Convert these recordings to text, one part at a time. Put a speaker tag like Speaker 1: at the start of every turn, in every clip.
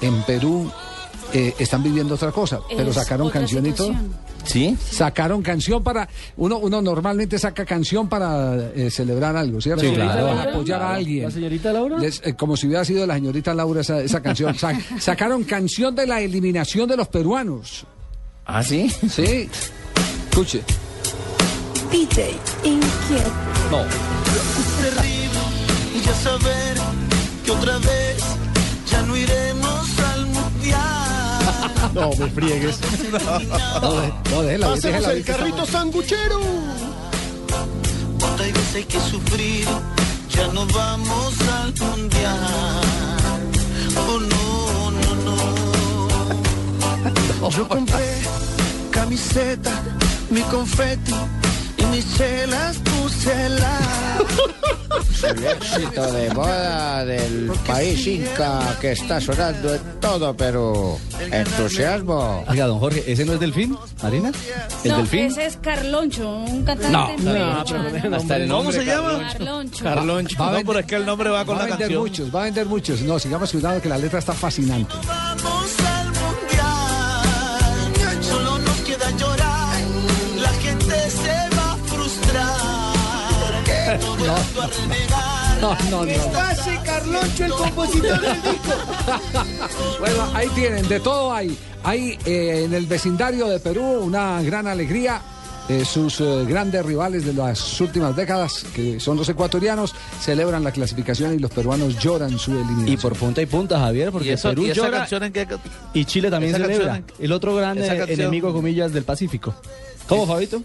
Speaker 1: en Perú eh, están viviendo otra cosa, pero
Speaker 2: Es
Speaker 1: sacaron
Speaker 2: otra
Speaker 1: canción y
Speaker 2: situación.
Speaker 1: todo.
Speaker 3: ¿Sí?
Speaker 1: Sacaron canción para. Uno, uno normalmente saca canción para eh, celebrar algo, ¿cierto?
Speaker 3: Sí, claro.
Speaker 1: Para apoyar a alguien.
Speaker 4: ¿La señorita Laura?
Speaker 1: Les- eh, como si hubiera sido la señorita Laura esa, esa canción. Sa- sacaron canción de la eliminación de los peruanos.
Speaker 3: ¿Ah, sí?
Speaker 1: Sí. Escuche.
Speaker 5: DJ Inquieto.
Speaker 3: No.
Speaker 6: terrible ya saber que otra vez ya no iremos al mundial.
Speaker 4: No, me friegues.
Speaker 1: No, déjela, bien,
Speaker 4: Hacemos el
Speaker 1: déjela. bien, que está
Speaker 4: carrito
Speaker 1: buena.
Speaker 4: sanguchero.
Speaker 6: Cuántas veces hay que sufrir, ya no vamos al mundial. Oh no, no, no. Yo compré camiseta, mi confeti y mis chelas puselas.
Speaker 7: El éxito de boda del país inca que está sonando en todo Perú. Entusiasmo.
Speaker 3: Oiga, don Jorge, ¿ese no es Delfín, Marina? ¿El
Speaker 2: no,
Speaker 3: Delfín?
Speaker 2: ese es Carloncho, un cantante
Speaker 3: No,
Speaker 2: peruano.
Speaker 3: Hasta el
Speaker 4: ¿Cómo
Speaker 3: nombre,
Speaker 4: se llama?
Speaker 2: Carloncho.
Speaker 4: Carloncho.
Speaker 1: Va a vender-
Speaker 3: es que el nombre va
Speaker 1: va a vender muchos, va a vender muchos. No, sigamos cuidado que la letra está fascinante.
Speaker 6: Vamos al mundial, solo nos queda llorar, la gente se va a frustrar, todo el mundo a renegar.
Speaker 1: No, no, no.
Speaker 4: Pase Carloncho, el compositor del disco.
Speaker 1: Bueno, ahí tienen, de todo hay. Hay eh, en el vecindario de Perú una gran alegría. Eh, sus eh, grandes rivales de las últimas décadas, que son los ecuatorianos, celebran la clasificación y los peruanos lloran su eliminación.
Speaker 3: Y por punta y punta, Javier, porque
Speaker 8: Y, eso,
Speaker 3: Perú
Speaker 8: y esa
Speaker 3: llora
Speaker 8: canción en qué ca-
Speaker 3: y Chile también
Speaker 8: esa
Speaker 3: celebra.
Speaker 8: canción
Speaker 3: El otro gran
Speaker 8: esa
Speaker 3: eh,
Speaker 8: canción-
Speaker 3: enemigo, comillas, del Pacífico. ¿Cómo, Fabito?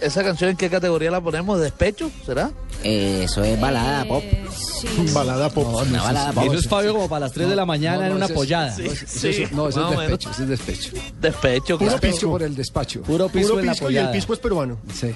Speaker 8: esa canción en qué categoría la ponemos, despecho, ¿será?
Speaker 9: Eso es balada, pop.
Speaker 2: Eh, sí.
Speaker 4: Balada
Speaker 7: Oh,
Speaker 4: pop.
Speaker 9: Una balada pop.
Speaker 3: Eso es Fabio como para las 3 de la mañana
Speaker 1: No, no,
Speaker 3: en una
Speaker 1: ese es-
Speaker 3: pollada.
Speaker 1: No, ese-
Speaker 8: Sí,
Speaker 1: ese- no, ese
Speaker 8: más
Speaker 1: es
Speaker 8: o menos.
Speaker 1: despecho, ese es despecho.
Speaker 8: Despecho, claro.
Speaker 1: Despecho por el despacho.
Speaker 3: Puro piso
Speaker 4: Puro
Speaker 3: en la
Speaker 4: pisco y el
Speaker 3: pollada.
Speaker 4: pisco es peruano.
Speaker 1: Sí.